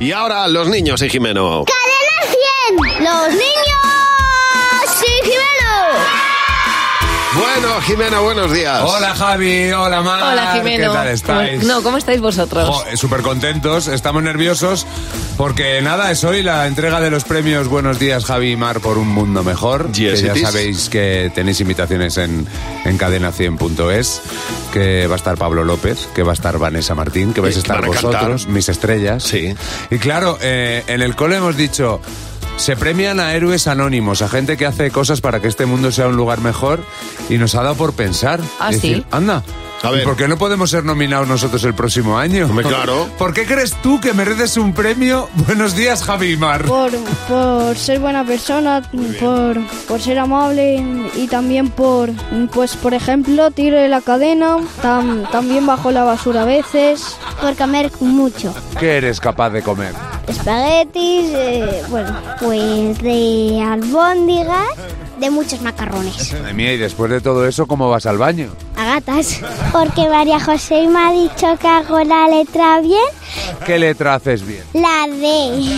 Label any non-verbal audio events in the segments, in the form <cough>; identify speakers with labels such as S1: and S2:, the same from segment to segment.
S1: Y ahora los niños y Jimeno.
S2: ¡Cadena 100! ¡Los niños! ¡Sí, Jimeno!
S1: Bueno, Jimeno, buenos días.
S3: Hola Javi, hola Mar.
S4: Hola, Jimeno.
S3: ¿Qué tal estáis?
S4: No, ¿cómo
S3: <laughs>
S4: estáis vosotros?
S3: Jo, Súper contentos, eh, estamos nerviosos porque nada, es hoy la entrega de los premios Buenos Días Javi y Mar por un mundo mejor.
S1: Yes,
S3: que ya
S1: it is.
S3: sabéis que tenéis invitaciones en, en cadena100.es, que va a estar Pablo López, que va a estar Vanessa Martín, que vais
S1: Y
S3: a estar
S1: van a cantar.
S3: vosotros, mis estrellas.
S1: Sí.
S3: Y claro, eh, en el cole hemos dicho... Se premian a héroes anónimos, a gente que hace cosas para que este mundo sea un lugar mejor y nos ha dado por pensar.
S4: Ah,
S3: Es
S4: ¿sí?
S3: decir, Anda.
S1: A
S3: A
S1: ver.
S3: ver. ¿Por qué no podemos ser nominados nosotros el próximo año?
S1: Hombre, claro.
S3: ¿Por qué crees tú que mereces un premio? <laughs> Buenos días, Javi y Mar.
S5: por, por ser buena persona, por, por ser amable y también por, pues por ejemplo, tire la cadena, tam- también bajo la basura a veces.
S2: Por comer mucho.
S3: ¿Qué eres capaz de comer?
S2: Espaguetis, eh, bueno, pues de albóndigas, de muchos macarrones.
S3: Madre mía, y después de todo eso, ¿cómo vas al baño?
S2: A gatas. Porque María José me ha dicho que hago la letra bien.
S3: ¿Qué letra haces bien?
S2: La D.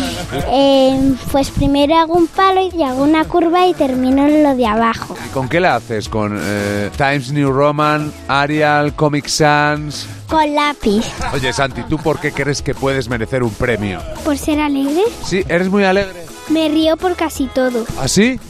S2: Eh, pues primero hago un palo y hago una curva y termino en lo de abajo.
S3: ¿Y con qué la haces? ¿Con eh, Times New Roman, Arial, Comic Sans?
S2: Con lápiz.
S3: Oye, Santi, ¿tú por qué crees que puedes merecer un premio?
S2: Por ser alegre,
S3: Sí, eres muy alegre. ¿Ah,
S2: me río por casi todo.
S3: ¿Así?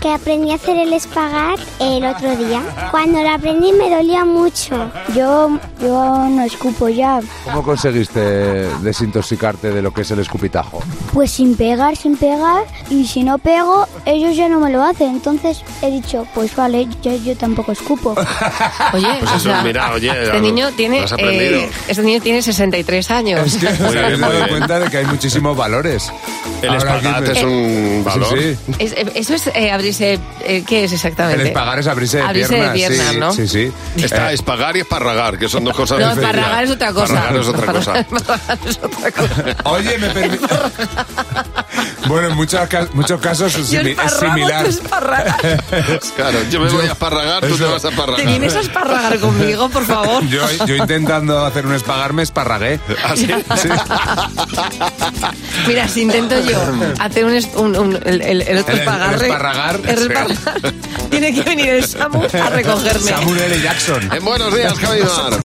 S2: Que aprendí a hacer el espagat el otro día. Cuando lo aprendí me dolía mucho. Yo, yo no escupo ya.
S3: ¿Cómo conseguiste desintoxicarte de lo que es el escupitajo?
S2: Pues sin pegar, sin pegar. Y si no pego, ellos ya no me lo hacen. Entonces he dicho, pues vale, yo, yo tampoco escupo.
S4: Oye,
S1: Pues
S4: o
S1: eso,
S4: sea,
S1: mira, oye,
S4: este, niño tiene,
S1: lo has aprendido.
S4: eh, este niño tiene 63 años.
S3: Es que
S1: Muy
S3: o sea,
S1: bien,
S3: <laughs> me he dado
S1: muy bien.
S3: cuenta de que hay muchísimos valores.
S1: El
S3: Ahora aquí,
S1: espagat
S3: pues,
S1: es un valor.
S3: Sí, sí.
S4: Es- eh, eso es eh, abrirse... eh, ¿Qué es exactamente?
S3: El
S4: <laughs>
S3: espagar es abrirse de
S4: Abrirse
S3: piernas.
S4: de piernas,
S3: sí,
S4: ¿no?
S3: sí, sí.
S1: Está
S3: Eh,
S1: espagar y esparragar, que son dos cosas
S4: No,
S1: diferentes.
S4: esparragar es otra cosa.
S1: Esparragar es otra cosa.
S4: Esparragar es otra cosa.
S3: <laughs> Oye, me permite. bueno, en muchos, ca- muchos casos es,
S4: Yo
S3: simi- es
S4: esparrago,
S3: similar.
S4: tú esparragas.
S1: Claro, yo me voy a esparragar, tú
S3: Eso.
S1: te vas a
S4: ¿Te
S1: esparragar.
S4: vienes a esparragar conmigo, por favor?
S3: Yo, yo intentando hacer un espagar me
S4: <laughs>
S3: esparragué.
S1: ¿Ah, sí?
S4: Mira, si intento yo hacer un, es- un- un- el, el- el otro
S3: El- el
S4: esparragar,
S3: esparragar.
S4: el esparragar, tiene que venir el Samu a recogerme.
S3: Samuel L. Jackson.
S1: En buenos días, Javi Mar.